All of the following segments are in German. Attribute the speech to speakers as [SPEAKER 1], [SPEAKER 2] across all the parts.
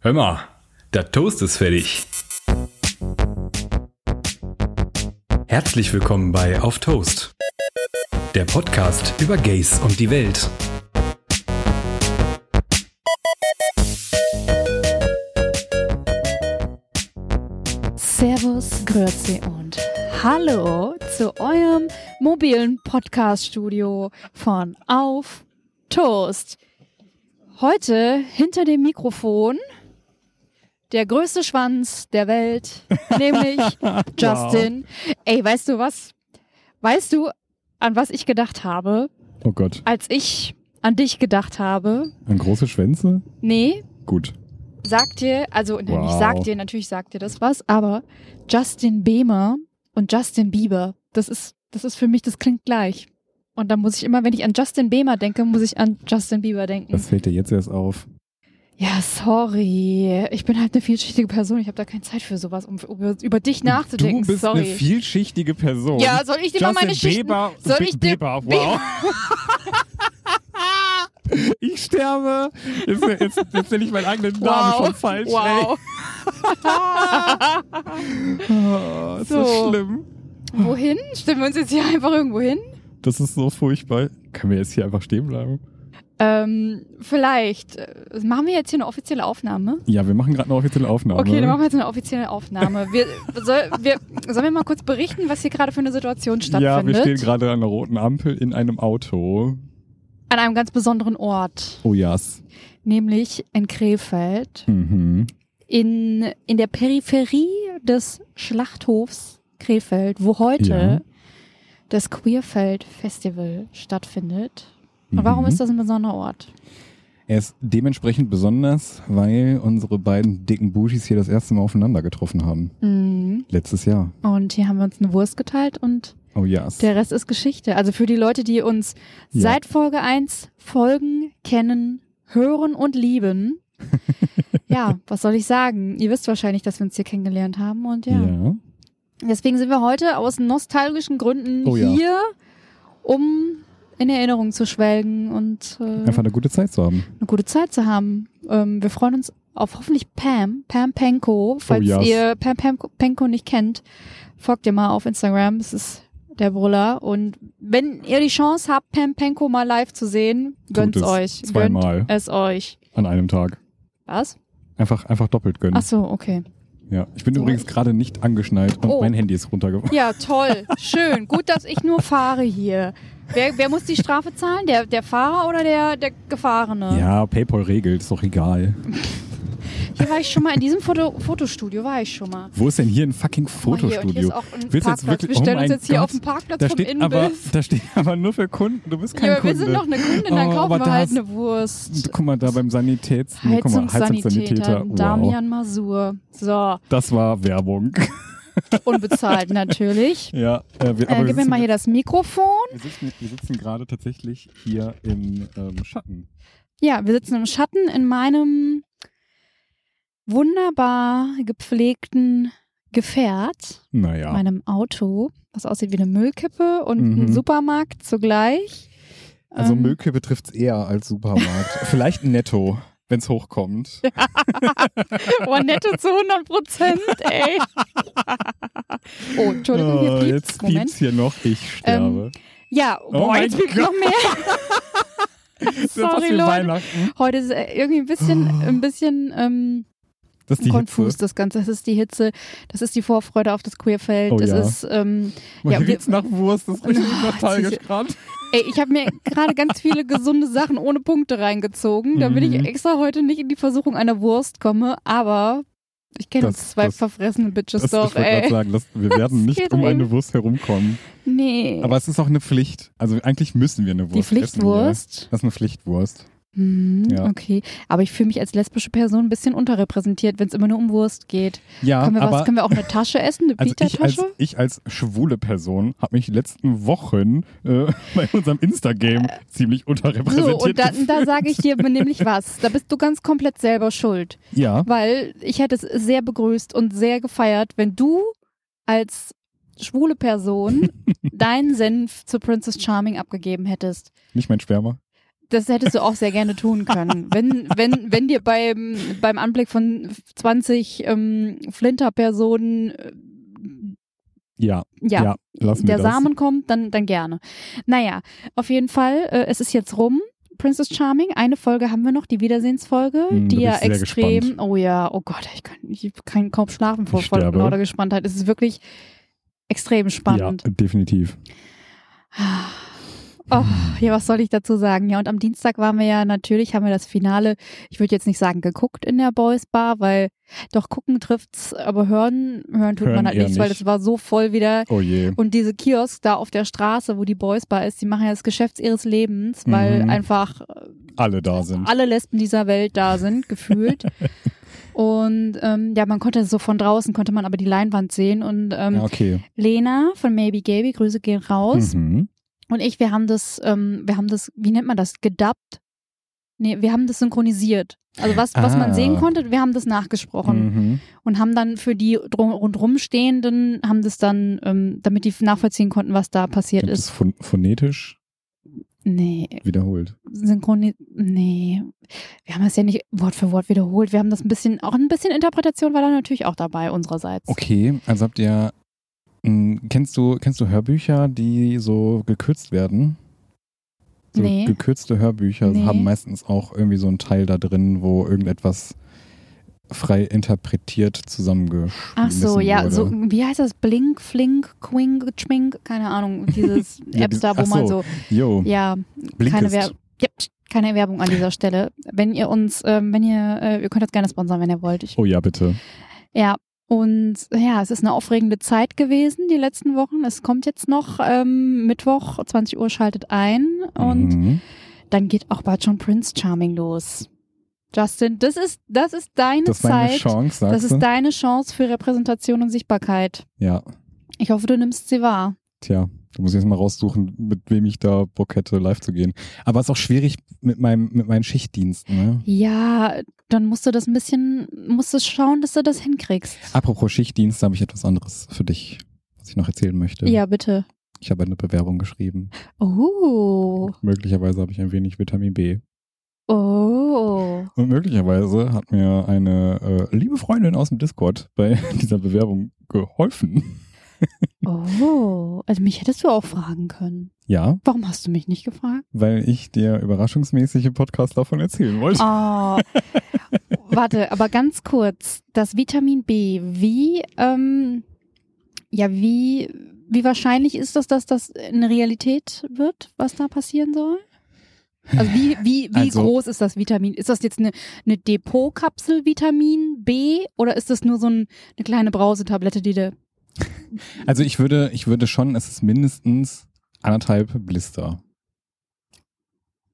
[SPEAKER 1] Hör mal, der Toast ist fertig. Herzlich willkommen bei Auf Toast, der Podcast über Gays und die Welt.
[SPEAKER 2] Servus, Grüezi und Hallo zu eurem mobilen Podcast-Studio von Auf Toast. Heute hinter dem Mikrofon der größte Schwanz der Welt, nämlich Justin. Ey, weißt du was? Weißt du, an was ich gedacht habe,
[SPEAKER 3] Oh Gott,
[SPEAKER 2] als ich an dich gedacht habe?
[SPEAKER 3] an große Schwänze?
[SPEAKER 2] Nee,
[SPEAKER 3] Gut.
[SPEAKER 2] sagt dir, also nein,
[SPEAKER 3] Wow.
[SPEAKER 2] ich sag dir, natürlich sagt dir das was, aber Justin Behmer und Justin Bieber, das ist, das ist für mich, das klingt gleich. Und dann muss ich immer, wenn ich an Justin Behmer denke, muss ich an Justin Bieber denken.
[SPEAKER 3] Das fällt dir jetzt erst auf.
[SPEAKER 2] ja, sorry. Ich bin halt eine vielschichtige Person. Ich habe da keine Zeit für sowas, um über, über dich nachzudenken.
[SPEAKER 3] Du bist
[SPEAKER 2] sorry.
[SPEAKER 3] eine vielschichtige Person.
[SPEAKER 2] ja, soll ich dir mal meine
[SPEAKER 3] Justin
[SPEAKER 2] Schichten...
[SPEAKER 3] Bieber,
[SPEAKER 2] soll
[SPEAKER 3] Be-
[SPEAKER 2] ich dir-
[SPEAKER 3] Bieber, wow. ich sterbe. Jetzt, jetzt, jetzt nenne ich meinen eigenen Namen
[SPEAKER 2] wow.
[SPEAKER 3] schon falsch.
[SPEAKER 2] wow.
[SPEAKER 3] Ey. Oh, ist
[SPEAKER 2] So.
[SPEAKER 3] das schlimm.
[SPEAKER 2] Wohin? Stellen wir uns jetzt hier einfach irgendwo hin?
[SPEAKER 3] Das ist so furchtbar. Können wir jetzt hier einfach stehen bleiben?
[SPEAKER 2] Ähm, vielleicht. äh, Machen wir jetzt hier eine offizielle Aufnahme?
[SPEAKER 3] Ja, wir machen gerade eine offizielle Aufnahme.
[SPEAKER 2] Okay, dann machen wir jetzt eine offizielle Aufnahme. Wir, soll, wir, sollen wir mal kurz berichten, was hier gerade für eine Situation
[SPEAKER 3] Ja, wir
[SPEAKER 2] stattfindet?
[SPEAKER 3] stehen gerade an einer roten Ampel in einem Auto.
[SPEAKER 2] An einem ganz besonderen Ort,
[SPEAKER 3] Oh yes.
[SPEAKER 2] nämlich in Krefeld,
[SPEAKER 3] Mhm.
[SPEAKER 2] in, in der Peripherie des Schlachthofs Krefeld, wo heute
[SPEAKER 3] Ja.
[SPEAKER 2] das Queerfeld Festival stattfindet. Und warum
[SPEAKER 3] Mhm.
[SPEAKER 2] ist das ein besonderer Ort?
[SPEAKER 3] Er ist dementsprechend besonders, weil unsere beiden dicken Bushis hier das erste Mal aufeinander getroffen haben.
[SPEAKER 2] Mhm.
[SPEAKER 3] Letztes Jahr.
[SPEAKER 2] Und hier haben wir uns eine Wurst geteilt und
[SPEAKER 3] Oh yes.
[SPEAKER 2] Der Rest ist Geschichte. Also für die Leute, die uns
[SPEAKER 3] Ja.
[SPEAKER 2] seit Folge 1 folgen, kennen, hören und lieben. ja, was soll ich sagen? Ihr wisst wahrscheinlich, dass wir uns hier kennengelernt haben und ja.
[SPEAKER 3] ja.
[SPEAKER 2] Deswegen sind wir heute aus nostalgischen Gründen
[SPEAKER 3] Oh ja.
[SPEAKER 2] hier, um in Erinnerung zu schwelgen und äh,
[SPEAKER 3] Einfach eine gute Zeit zu haben.
[SPEAKER 2] eine gute Zeit zu haben. Ähm, wir freuen uns auf hoffentlich Pam, Pam Penko. Falls
[SPEAKER 3] Oh, yes.
[SPEAKER 2] ihr Pam, Pam Penko nicht kennt, folgt ihr mal auf Instagram. Es ist der Brüller. Und wenn ihr die Chance habt, Pam Penko mal live zu sehen, gönnt
[SPEAKER 3] es.
[SPEAKER 2] euch.
[SPEAKER 3] Zweimal.
[SPEAKER 2] Gönnt es euch.
[SPEAKER 3] An einem Tag.
[SPEAKER 2] Was?
[SPEAKER 3] Einfach, einfach doppelt gönnen.
[SPEAKER 2] Ach so, okay.
[SPEAKER 3] Ja. Ich bin
[SPEAKER 2] So.
[SPEAKER 3] übrigens gerade nicht angeschnallt und
[SPEAKER 2] Oh.
[SPEAKER 3] mein Handy ist runtergefallen.
[SPEAKER 2] Ja, toll. Schön. Gut, dass ich nur fahre hier. Wer, wer muss die Strafe zahlen? Der, der Fahrer oder der, der Gefahrene?
[SPEAKER 3] Ja, Paypal regelt, ist doch egal.
[SPEAKER 2] Hier war ich schon mal, in diesem Foto, Fotostudio war ich schon mal.
[SPEAKER 3] Wo ist denn hier ein fucking
[SPEAKER 2] Guck mal
[SPEAKER 3] Fotostudio?
[SPEAKER 2] Hier, Oh und hier ist auch ein
[SPEAKER 3] Willst du
[SPEAKER 2] Parkplatz.
[SPEAKER 3] jetzt wirklich,
[SPEAKER 2] wir stellen
[SPEAKER 3] oh
[SPEAKER 2] uns
[SPEAKER 3] mein
[SPEAKER 2] jetzt hier
[SPEAKER 3] Gott.
[SPEAKER 2] auf dem Parkplatz
[SPEAKER 3] da
[SPEAKER 2] vom
[SPEAKER 3] steht aber,
[SPEAKER 2] Innenbild.
[SPEAKER 3] da steht aber nur für Kunden. Du bist kein
[SPEAKER 2] ja, wir
[SPEAKER 3] Kunde.
[SPEAKER 2] sind doch eine Kundin, dann
[SPEAKER 3] Oh,
[SPEAKER 2] kaufen
[SPEAKER 3] aber
[SPEAKER 2] wir
[SPEAKER 3] da
[SPEAKER 2] halt
[SPEAKER 3] hast-
[SPEAKER 2] eine Wurst.
[SPEAKER 3] Guck mal, da beim Sanitäts... nee, guck mal,
[SPEAKER 2] Heizungssanitäter,
[SPEAKER 3] Wow.
[SPEAKER 2] Halt Damian Masur. So,
[SPEAKER 3] Das war Werbung.
[SPEAKER 2] unbezahlt natürlich.
[SPEAKER 3] ja, äh, wir, aber
[SPEAKER 2] Äh,
[SPEAKER 3] wir
[SPEAKER 2] gib mir
[SPEAKER 3] sitzen
[SPEAKER 2] mal hier das Mikrofon.
[SPEAKER 3] Wir sitzen, wir sitzen gerade tatsächlich hier im ähm, Schatten.
[SPEAKER 2] Ja, wir sitzen im Schatten in meinem wunderbar gepflegten Gefährt,
[SPEAKER 3] Naja.
[SPEAKER 2] meinem Auto, was aussieht wie eine Müllkippe und ein
[SPEAKER 3] Mhm.
[SPEAKER 2] Supermarkt zugleich.
[SPEAKER 3] Also
[SPEAKER 2] Ähm,
[SPEAKER 3] Müllkippe betrifft es eher als Supermarkt. Vielleicht netto, wenn es hochkommt.
[SPEAKER 2] Boah, netto oh, zu 100 Prozent, ey. Oh, Entschuldigung, hier
[SPEAKER 3] Oh,
[SPEAKER 2] piept's.
[SPEAKER 3] jetzt
[SPEAKER 2] Moment. Ähm,
[SPEAKER 3] piept's hier noch. Ich sterbe.
[SPEAKER 2] Ja, boah,
[SPEAKER 3] mein
[SPEAKER 2] jetzt piept's noch
[SPEAKER 3] Gott.
[SPEAKER 2] mehr.
[SPEAKER 3] das ist
[SPEAKER 2] Sorry,
[SPEAKER 3] was für
[SPEAKER 2] Leute.
[SPEAKER 3] Weihnachten.
[SPEAKER 2] Heute ist äh, irgendwie ein bisschen, ein bisschen ähm,
[SPEAKER 3] Das ist die
[SPEAKER 2] konfus
[SPEAKER 3] Hitze.
[SPEAKER 2] das Ganze. Das ist die Hitze, das ist die Vorfreude auf das Queerfeld.
[SPEAKER 3] Oh
[SPEAKER 2] das
[SPEAKER 3] ja.
[SPEAKER 2] ist, ähm,
[SPEAKER 3] Man
[SPEAKER 2] Ja, wir-
[SPEAKER 3] riecht's nach Wurst. Das ist richtig
[SPEAKER 2] Oh,
[SPEAKER 3] nostalgisch
[SPEAKER 2] jetzt
[SPEAKER 3] gerade.
[SPEAKER 2] ey, ich habe mir gerade ganz viele gesunde Sachen ohne Punkte reingezogen, damit ich
[SPEAKER 3] Mhm.
[SPEAKER 2] extra heute nicht in die Versuchung einer Wurst komme. Aber ich kenne
[SPEAKER 3] Das-
[SPEAKER 2] uns zwei
[SPEAKER 3] das-
[SPEAKER 2] verfressene Bitches
[SPEAKER 3] Das,
[SPEAKER 2] doch,
[SPEAKER 3] ich wollte gerade
[SPEAKER 2] ey.
[SPEAKER 3] sagen, das, wir werden nicht
[SPEAKER 2] geht
[SPEAKER 3] um eine
[SPEAKER 2] um.
[SPEAKER 3] Wurst herumkommen.
[SPEAKER 2] Nee.
[SPEAKER 3] Aber es ist auch eine Pflicht. Also eigentlich müssen wir eine Wurst
[SPEAKER 2] die
[SPEAKER 3] essen hier.
[SPEAKER 2] Pflichtwurst.
[SPEAKER 3] Das ist eine Pflichtwurst.
[SPEAKER 2] Mhm,
[SPEAKER 3] Ja.
[SPEAKER 2] Okay, aber ich fühle mich als lesbische Person ein bisschen unterrepräsentiert, wenn es immer nur um Wurst geht.
[SPEAKER 3] Ja,
[SPEAKER 2] können, wir
[SPEAKER 3] aber
[SPEAKER 2] was, können wir auch eine Tasche essen, eine
[SPEAKER 3] Also ich als,
[SPEAKER 2] Pita-Tasche?
[SPEAKER 3] ich als schwule Person habe mich die letzten Wochen äh, bei unserem Instagame ziemlich
[SPEAKER 2] So,
[SPEAKER 3] unterrepräsentiert.
[SPEAKER 2] und da,
[SPEAKER 3] gefühlt.
[SPEAKER 2] da sage ich dir nämlich was. Da bist du ganz komplett selber schuld.
[SPEAKER 3] ja,
[SPEAKER 2] Weil ich hätte es sehr begrüßt und sehr gefeiert, wenn du als schwule Person deinen Senf zu Princess Charming abgegeben hättest.
[SPEAKER 3] nicht mein Sperma.
[SPEAKER 2] das hättest du auch sehr gerne tun können. Wenn, wenn, wenn dir beim, beim Anblick von 20 ähm, Flinterpersonen äh,
[SPEAKER 3] Ja,
[SPEAKER 2] ja,
[SPEAKER 3] ja, lass mir
[SPEAKER 2] der
[SPEAKER 3] das.
[SPEAKER 2] Samen kommt, dann, dann gerne. Naja, auf jeden Fall, äh, es ist jetzt rum. Princess Charming, eine Folge haben wir noch, die Wiedersehensfolge,
[SPEAKER 3] Hm, da
[SPEAKER 2] die
[SPEAKER 3] bin
[SPEAKER 2] ja
[SPEAKER 3] ich sehr
[SPEAKER 2] extrem,
[SPEAKER 3] gespannt.
[SPEAKER 2] oh ja, oh Gott, ich kann, ich kann kaum schlafen vor
[SPEAKER 3] Ich
[SPEAKER 2] vor
[SPEAKER 3] sterbe.
[SPEAKER 2] lauter Gespanntheit. Es ist wirklich extrem spannend.
[SPEAKER 3] Ja, definitiv.
[SPEAKER 2] Oh, ja, was soll ich dazu sagen? Ja, und am Dienstag waren wir ja natürlich, haben wir das Finale, ich würde jetzt nicht sagen geguckt in der Boys Bar, weil doch gucken trifft's, aber hören, hören tut man
[SPEAKER 3] Hören
[SPEAKER 2] halt
[SPEAKER 3] eher
[SPEAKER 2] nichts, weil
[SPEAKER 3] nicht.
[SPEAKER 2] es war so voll wieder
[SPEAKER 3] Oh je.
[SPEAKER 2] Und diese Kiosk da auf der Straße, wo die Boys Bar ist, die machen ja das Geschäft ihres Lebens, weil
[SPEAKER 3] Mhm.
[SPEAKER 2] einfach
[SPEAKER 3] Alle da sind.
[SPEAKER 2] alle Lesben dieser Welt da sind, gefühlt. und ähm, ja, man konnte so von draußen, konnte man aber die Leinwand sehen. Und ähm,
[SPEAKER 3] Ja, okay.
[SPEAKER 2] Lena von Maybe Gaby, Grüße gehen raus.
[SPEAKER 3] Mhm.
[SPEAKER 2] Und ich, wir haben das, ähm, wir haben das, wie nennt man das, gedubbt? Nee, wir haben das synchronisiert. Also was, was
[SPEAKER 3] Ah.
[SPEAKER 2] man sehen konnte, wir haben das nachgesprochen
[SPEAKER 3] Mhm.
[SPEAKER 2] und haben dann für die drum, rundrum Stehenden, haben das dann, ähm, damit die nachvollziehen konnten, was da passiert
[SPEAKER 3] Ich hab das
[SPEAKER 2] ist.
[SPEAKER 3] phon phonetisch
[SPEAKER 2] Nee,
[SPEAKER 3] wiederholt.
[SPEAKER 2] synchronisiert. Nee. Wir haben das ja nicht Wort für Wort wiederholt. Wir haben das ein bisschen, auch ein bisschen Interpretation war da natürlich auch dabei unsererseits.
[SPEAKER 3] Okay, also habt ihr. m, Kennst du, kennst du Hörbücher, die so gekürzt werden? So
[SPEAKER 2] Nee.
[SPEAKER 3] gekürzte Hörbücher also
[SPEAKER 2] Nee.
[SPEAKER 3] haben meistens auch irgendwie so einen Teil da drin, wo irgendetwas frei interpretiert zusammengeschmissen
[SPEAKER 2] Ach so, ja,
[SPEAKER 3] wurde.
[SPEAKER 2] so, wie heißt das? Blink, flink, quink, schmink, keine Ahnung, dieses
[SPEAKER 3] Ja,
[SPEAKER 2] Apps da, wo
[SPEAKER 3] ach
[SPEAKER 2] man
[SPEAKER 3] so.
[SPEAKER 2] so,
[SPEAKER 3] Jo,
[SPEAKER 2] ja, keine,
[SPEAKER 3] Blinkist.
[SPEAKER 2] Wer ja, keine Werbung an dieser Stelle. Wenn ihr uns, ähm, wenn ihr, äh, ihr könnt das gerne sponsern, wenn ihr wollt. Ich
[SPEAKER 3] Oh ja, bitte.
[SPEAKER 2] Ja, und ja, es ist eine aufregende Zeit gewesen, die letzten Wochen. Es kommt jetzt noch ähm, Mittwoch, 20 Uhr schaltet ein und
[SPEAKER 3] Mhm.
[SPEAKER 2] dann geht auch bald schon Prince Charming los. Justin, das ist, das ist deine
[SPEAKER 3] das ist meine
[SPEAKER 2] Zeit.
[SPEAKER 3] Chance, sagst
[SPEAKER 2] das
[SPEAKER 3] du?
[SPEAKER 2] ist deine Chance für Repräsentation und Sichtbarkeit.
[SPEAKER 3] ja,
[SPEAKER 2] Ich hoffe, du nimmst sie wahr.
[SPEAKER 3] tja. Du musst jetzt mal raussuchen, mit wem ich da Bock hätte, live zu gehen. Aber es ist auch schwierig mit meinem, mit meinen Schichtdiensten. Ne?
[SPEAKER 2] Ja, dann musst du das ein bisschen, musst du schauen, dass du das hinkriegst.
[SPEAKER 3] Apropos Schichtdienst, da habe ich etwas anderes für dich, was ich noch erzählen möchte.
[SPEAKER 2] Ja, bitte.
[SPEAKER 3] Ich habe eine Bewerbung geschrieben.
[SPEAKER 2] Oh,
[SPEAKER 3] Möglicherweise habe ich ein wenig Vitamin B.
[SPEAKER 2] oh.
[SPEAKER 3] Und möglicherweise hat mir eine äh, liebe Freundin aus dem Discord bei dieser Bewerbung geholfen.
[SPEAKER 2] Oh, also mich hättest du auch fragen können.
[SPEAKER 3] Ja,
[SPEAKER 2] Warum hast du mich nicht gefragt?
[SPEAKER 3] weil ich dir überraschungsmäßig im Podcast davon erzählen wollte.
[SPEAKER 2] Oh, warte, aber ganz kurz. Das Vitamin B, wie, ähm, ja, wie, wie wahrscheinlich ist das, dass das eine Realität wird, was da passieren soll? Also wie, wie, wie
[SPEAKER 3] Also-
[SPEAKER 2] groß ist das Vitamin? Ist das jetzt eine, eine Depotkapsel Vitamin B oder ist das nur so ein, eine kleine Brausetablette, die der...
[SPEAKER 3] Also ich würde, ich würde schon, es ist mindestens anderthalb Blister.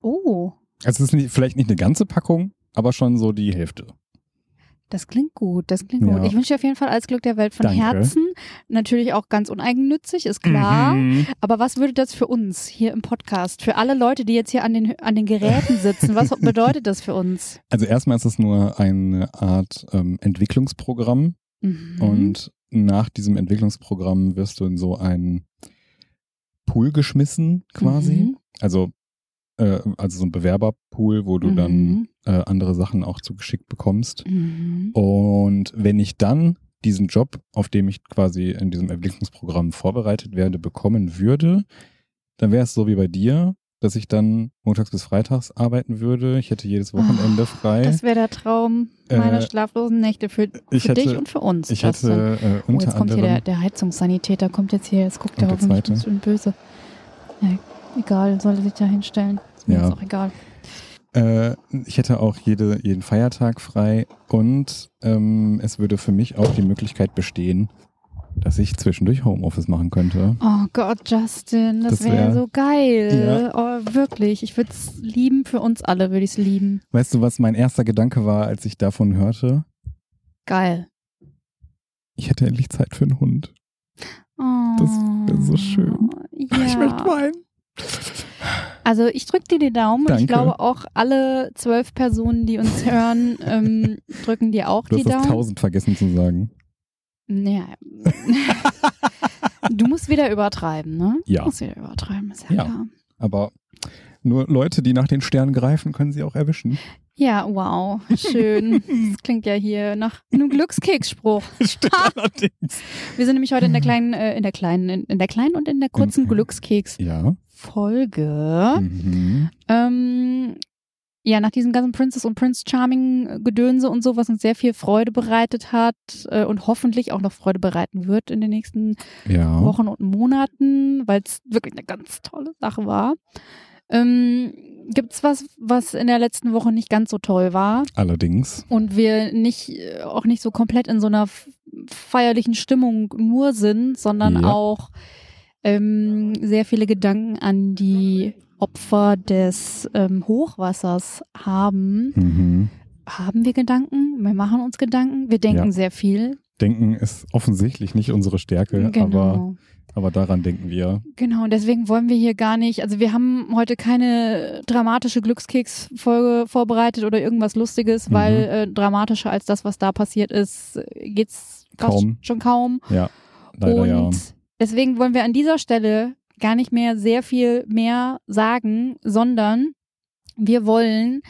[SPEAKER 2] Oh,
[SPEAKER 3] Also es ist nicht, vielleicht nicht eine ganze Packung, aber schon so die Hälfte.
[SPEAKER 2] Das klingt gut, das klingt
[SPEAKER 3] Ja.
[SPEAKER 2] gut. Ich wünsche dir auf jeden Fall alles Glück der Welt von
[SPEAKER 3] Danke.
[SPEAKER 2] Herzen. Natürlich auch ganz uneigennützig, ist klar.
[SPEAKER 3] Mhm.
[SPEAKER 2] Aber was würde das für uns hier im Podcast, für alle Leute, die jetzt hier an den, an den Geräten sitzen, was bedeutet das für uns?
[SPEAKER 3] Also erstmal ist es nur eine Art ähm, Entwicklungsprogramm
[SPEAKER 2] Mhm.
[SPEAKER 3] und nach diesem Entwicklungsprogramm wirst du in so einen Pool geschmissen quasi.
[SPEAKER 2] Mhm.
[SPEAKER 3] Also, äh, also so ein Bewerberpool, wo du
[SPEAKER 2] Mhm.
[SPEAKER 3] dann äh, andere Sachen auch zugeschickt bekommst.
[SPEAKER 2] Mhm.
[SPEAKER 3] Und wenn ich dann diesen Job, auf dem ich quasi in diesem Entwicklungsprogramm vorbereitet werde, bekommen würde, dann wäre es so wie bei dir, dass ich dann montags bis freitags arbeiten würde. Ich hätte jedes Wochenende frei.
[SPEAKER 2] Ah, Das wäre der Traum meiner
[SPEAKER 3] Äh,
[SPEAKER 2] schlaflosen Nächte für, für
[SPEAKER 3] ich hätte-
[SPEAKER 2] dich und für uns.
[SPEAKER 3] ich
[SPEAKER 2] Justin.
[SPEAKER 3] hätte äh,
[SPEAKER 2] oh,
[SPEAKER 3] unter
[SPEAKER 2] jetzt kommt hier
[SPEAKER 3] anderem
[SPEAKER 2] der, der Heizungssanitäter, kommt jetzt hier, jetzt guckt
[SPEAKER 3] Und
[SPEAKER 2] er
[SPEAKER 3] der
[SPEAKER 2] auf mich
[SPEAKER 3] zweite.
[SPEAKER 2] ganz schön böse. Ja, egal, soll er sich da hinstellen. Ist mir
[SPEAKER 3] Ja.
[SPEAKER 2] jetzt auch egal.
[SPEAKER 3] Äh, ich hätte auch jede, jeden Feiertag frei und ähm, es würde für mich auch die Möglichkeit bestehen, dass ich zwischendurch Homeoffice machen könnte.
[SPEAKER 2] Oh Gott, Justin, das,
[SPEAKER 3] Das
[SPEAKER 2] wäre
[SPEAKER 3] wär-
[SPEAKER 2] so geil. Oh, wirklich, ich würde es lieben, für uns alle würde ich es lieben.
[SPEAKER 3] Weißt du, was mein erster Gedanke war, als ich davon hörte?
[SPEAKER 2] Geil.
[SPEAKER 3] Ich hätte endlich Zeit für einen Hund.
[SPEAKER 2] Oh,
[SPEAKER 3] Das wär so schön.
[SPEAKER 2] Ja.
[SPEAKER 3] Ich möchte weinen.
[SPEAKER 2] also ich drücke dir die Daumen und
[SPEAKER 3] Danke.
[SPEAKER 2] ich glaube auch alle zwölf Personen, die uns hören, ähm, drücken dir auch
[SPEAKER 3] Du
[SPEAKER 2] die
[SPEAKER 3] hast das
[SPEAKER 2] Daumen.
[SPEAKER 3] 1000 vergessen zu sagen.
[SPEAKER 2] Ja. du musst wieder übertreiben, ne?
[SPEAKER 3] Ja.
[SPEAKER 2] Du musst wieder übertreiben, ist ja,
[SPEAKER 3] Ja.
[SPEAKER 2] klar.
[SPEAKER 3] Aber Nur Leute, die nach den Sternen greifen, können sie auch erwischen.
[SPEAKER 2] Ja, wow, schön. Das klingt ja hier nach einem Glückskeksspruch.
[SPEAKER 3] Stimmt allerdings.
[SPEAKER 2] Wir sind nämlich heute
[SPEAKER 3] Hm.
[SPEAKER 2] in der kleinen, äh, in der kleinen, in, in der kleinen und in der kurzen
[SPEAKER 3] Okay. Ja.
[SPEAKER 2] Glückskeksfolge.
[SPEAKER 3] Mhm.
[SPEAKER 2] Ähm, ja, nach diesem ganzen Princess und Prince Charming Gedönse und so, was uns sehr viel Freude bereitet hat äh, und hoffentlich auch noch Freude bereiten wird in den nächsten
[SPEAKER 3] Ja.
[SPEAKER 2] Wochen und Monaten, weil es wirklich eine ganz tolle Sache war. Ähm, Gibt es was, was in der letzten Woche nicht ganz so toll war
[SPEAKER 3] Allerdings.
[SPEAKER 2] und wir nicht äh, auch nicht so komplett in so einer f- feierlichen Stimmung nur sind, sondern
[SPEAKER 3] Ja.
[SPEAKER 2] auch ähm, sehr viele Gedanken an die Opfer des ähm, Hochwassers haben.
[SPEAKER 3] Mhm.
[SPEAKER 2] Haben wir Gedanken? Wir machen uns Gedanken. Wir denken
[SPEAKER 3] Ja.
[SPEAKER 2] sehr viel.
[SPEAKER 3] Denken ist offensichtlich nicht unsere Stärke, aber,
[SPEAKER 2] genau.
[SPEAKER 3] aber daran denken wir.
[SPEAKER 2] Genau, und deswegen wollen wir hier gar nicht, also wir haben heute keine dramatische Glückskeksfolge vorbereitet oder irgendwas Lustiges,
[SPEAKER 3] Mhm.
[SPEAKER 2] weil äh, dramatischer als das, was da passiert ist, äh, geht's fast
[SPEAKER 3] Kaum.
[SPEAKER 2] schon kaum.
[SPEAKER 3] Ja, leider
[SPEAKER 2] und
[SPEAKER 3] ja.
[SPEAKER 2] deswegen wollen wir an dieser Stelle gar nicht mehr sehr viel mehr sagen, sondern wir wollen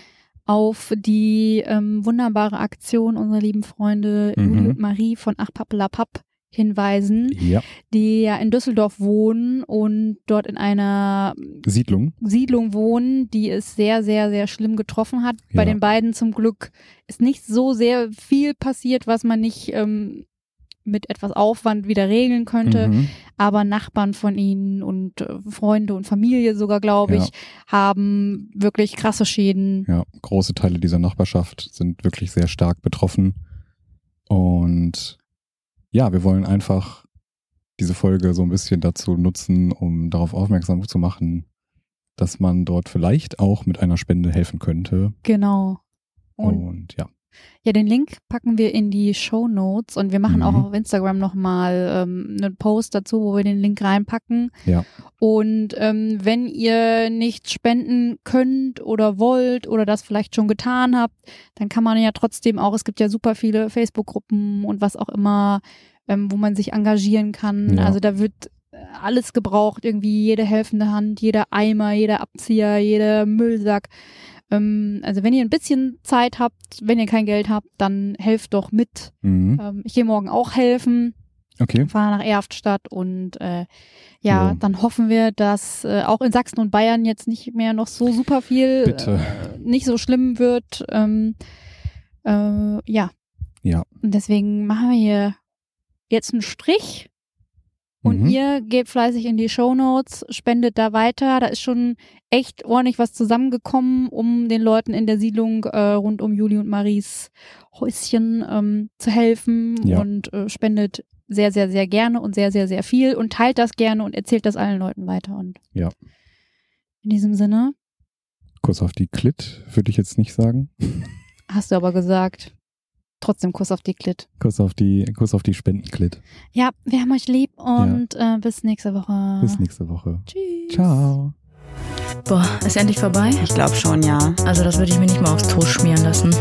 [SPEAKER 2] auf die ähm, wunderbare Aktion unserer lieben Freunde
[SPEAKER 3] Mhm.
[SPEAKER 2] Juli und Marie von Ach Pappela Papp hinweisen
[SPEAKER 3] Ja.
[SPEAKER 2] die ja in Düsseldorf wohnen und dort in einer
[SPEAKER 3] Siedlung.
[SPEAKER 2] Siedlung wohnen, die es sehr, sehr, sehr schlimm getroffen hat. Bei
[SPEAKER 3] Ja.
[SPEAKER 2] den beiden zum Glück ist nicht so sehr viel passiert, was man nicht ähm, mit etwas Aufwand wieder regeln könnte.
[SPEAKER 3] Mhm.
[SPEAKER 2] Aber Nachbarn von ihnen und äh, Freunde und Familie sogar, glaube
[SPEAKER 3] Ja.
[SPEAKER 2] ich, haben wirklich krasse Schäden.
[SPEAKER 3] Ja, große Teile dieser Nachbarschaft sind wirklich sehr stark betroffen. Und ja, wir wollen einfach diese Folge so ein bisschen dazu nutzen, um darauf aufmerksam zu machen, dass man dort vielleicht auch mit einer Spende helfen könnte.
[SPEAKER 2] Genau. Und
[SPEAKER 3] Und ja,
[SPEAKER 2] Ja, den Link packen wir in die Show Notes und wir machen
[SPEAKER 3] Mhm.
[SPEAKER 2] auch auf Instagram nochmal ähm, einen Post dazu, wo wir den Link reinpacken.
[SPEAKER 3] Ja.
[SPEAKER 2] Und ähm, wenn ihr nicht spenden könnt oder wollt oder das vielleicht schon getan habt, dann kann man ja trotzdem auch, es gibt ja super viele Facebook-Gruppen und was auch immer, ähm, wo man sich engagieren kann.
[SPEAKER 3] Ja.
[SPEAKER 2] Also da wird äh, alles gebraucht, irgendwie jede helfende Hand, jeder Eimer, jeder Abzieher, jeder Müllsack. Ähm, also wenn ihr ein bisschen Zeit habt, wenn ihr kein Geld habt, dann helft doch mit.
[SPEAKER 3] mhm.
[SPEAKER 2] Ähm, ich gehe morgen auch helfen,
[SPEAKER 3] okay.
[SPEAKER 2] fahre nach Erftstadt und äh, ja,
[SPEAKER 3] Ja.
[SPEAKER 2] dann hoffen wir, dass äh, auch in Sachsen und Bayern jetzt nicht mehr noch so super viel,
[SPEAKER 3] Bitte.
[SPEAKER 2] Äh, nicht so schlimm wird. Ähm, äh, ja.
[SPEAKER 3] Ja.
[SPEAKER 2] Und deswegen machen wir hier jetzt einen Strich. Und
[SPEAKER 3] Mhm.
[SPEAKER 2] ihr geht fleißig in die Shownotes, spendet da weiter. Da ist schon echt ordentlich was zusammengekommen, um den Leuten in der Siedlung äh, rund um Juli und Maries Häuschen ähm, zu helfen
[SPEAKER 3] Ja.
[SPEAKER 2] und äh, spendet sehr, sehr, sehr gerne und sehr, sehr, sehr viel und teilt das gerne und erzählt das allen Leuten weiter. Und
[SPEAKER 3] Ja.
[SPEAKER 2] in diesem Sinne
[SPEAKER 3] Kuss auf die Klit, würde ich jetzt nicht sagen.
[SPEAKER 2] hast du aber gesagt, trotzdem Kuss auf die Klit.
[SPEAKER 3] Kuss auf die, Kuss auf die Spendenklit.
[SPEAKER 2] Ja, wir haben euch lieb und äh, bis nächste Woche.
[SPEAKER 3] Bis nächste Woche.
[SPEAKER 2] Ah. Tschüss.
[SPEAKER 3] Ciao.
[SPEAKER 4] Boah, ist endlich vorbei?
[SPEAKER 5] Ich glaube schon, ja.
[SPEAKER 4] Also das würde ich mir nicht mal aufs Toast schmieren lassen.